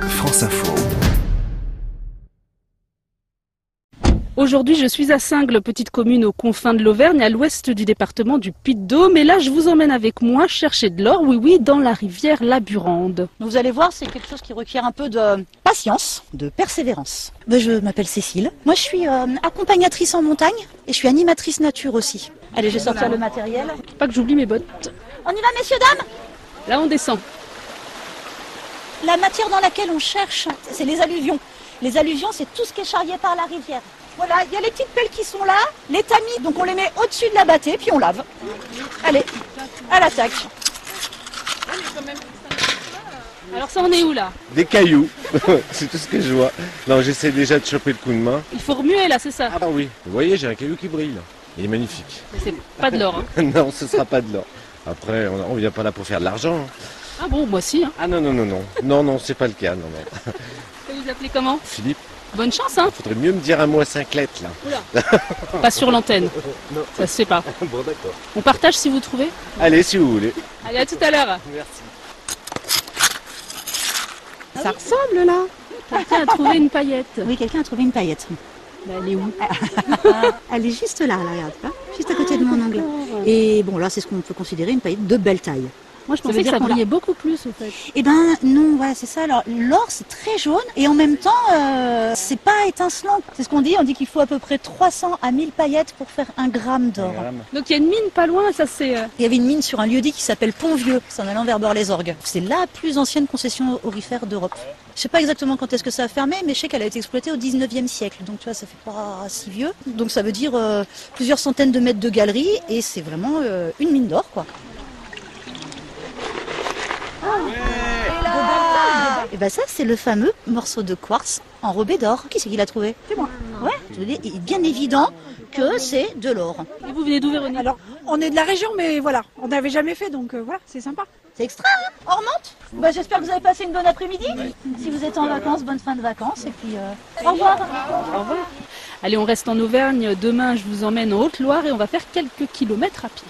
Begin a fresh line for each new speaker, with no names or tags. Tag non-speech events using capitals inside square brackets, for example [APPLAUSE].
Mars Info.
Aujourd'hui, je suis à Singles, petite commune aux confins de l'Auvergne, à l'ouest du département du Puy-de-Dôme. Et là, je vous emmène avec moi chercher de l'or, oui, oui, dans la rivière La Burande.
Donc vous allez voir, c'est quelque chose qui requiert un peu de patience, de persévérance. Bah,
Ben, je m'appelle Cécile. Moi, je suis euh, accompagnatrice en montagne et je suis animatrice nature aussi.
Allez, je vais sortir le matériel.
Faut Pas que j'oublie mes bottes.
On y va, messieurs, dames
Là, on descend.
La matière dans laquelle on cherche, c'est les alluvions. Les alluvions, c'est tout ce qui est charrié par la rivière. Voilà, il y a les petites pelles qui sont là, les tamis, donc on les met au-dessus de la battée, puis on lave. Allez, à l'attaque.
Alors ça, on est où là
Des cailloux, [LAUGHS] c'est tout ce que je vois. Non, j'essaie déjà de choper le coup de main.
Il faut remuer là, c'est ça
Ah oui, vous voyez, j'ai un caillou qui brille. là. Il est magnifique.
Mais c'est pas de l'or. hein.
[LAUGHS] non, ce sera pas de l'or. Après, on ne vient pas là pour faire de l'argent. hein.
Ah bon, moi si. Hein.
Ah non, non, non, non. Non, non, c'est pas le cas. Non, non.
Vous vous appelez comment
[LAUGHS] Philippe,
Bonne chance, hein
faudrait mieux me dire à moi cinq lettres, là.
Pas sur l'antenne. Ça se fait pas.
[LAUGHS] Bon, d'accord.
On partage si vous trouvez.
Allez, si vous voulez.
Allez, à tout à l'heure.
Merci.
Ça ressemble là
Quelqu'un a trouvé une paillette.
Oui, quelqu'un a trouvé une paillette.
Bah, elle est où
Elle est juste là, là, regarde, là, juste à côté de mon ongle. Et bon, là, c'est ce qu'on peut considérer une paillette de belle taille.
Moi, je
veut
pensais que
dire
ça
qu'on l'a.
brillait beaucoup plus, au fait.
Eh ben non, voilà, c'est ça. Alors l'or, c'est très jaune et en même temps, euh, c'est pas étincelant.
C'est ce qu'on dit, on dit qu'il faut à peu près 300 à 1000 paillettes pour faire un gramme d'or.
Donc il y a une mine pas loin, ça c'est... euh,
Il y avait une mine sur un lieu-dit qui s'appelle Pont-Vieux, c'est en allant vers Bord-les-Orgues. C'est la plus ancienne concession aurifère d'Europe. Je sais pas exactement quand est-ce que ça a fermé, mais je sais qu'elle a été exploitée au 19e siècle. Donc tu vois, ça fait pas si vieux. Donc ça veut dire euh, plusieurs centaines de mètres de galeries et c'est vraiment euh, une mine d'or quoi. ben,
Et ben ça, c'est le fameux morceau de quartz enrobé d'or. Qui c'est qui l'a trouvé C'est moi. Ouais. Je veux dire, il est bien évident que c'est de l'or.
Et vous venez d'où, Véronique
Alors, on est de la région, mais voilà, on n'avait jamais fait, donc euh, voilà, c'est sympa.
C'est extra.
On remonte hein. bah, J'espère que vous avez passé une bonne après-midi. Si vous êtes en vacances, bonne fin de vacances et puis euh, au revoir.
Allez, on reste en Auvergne. Demain, je vous emmène en Haute-Loire et on va faire quelques kilomètres à pied.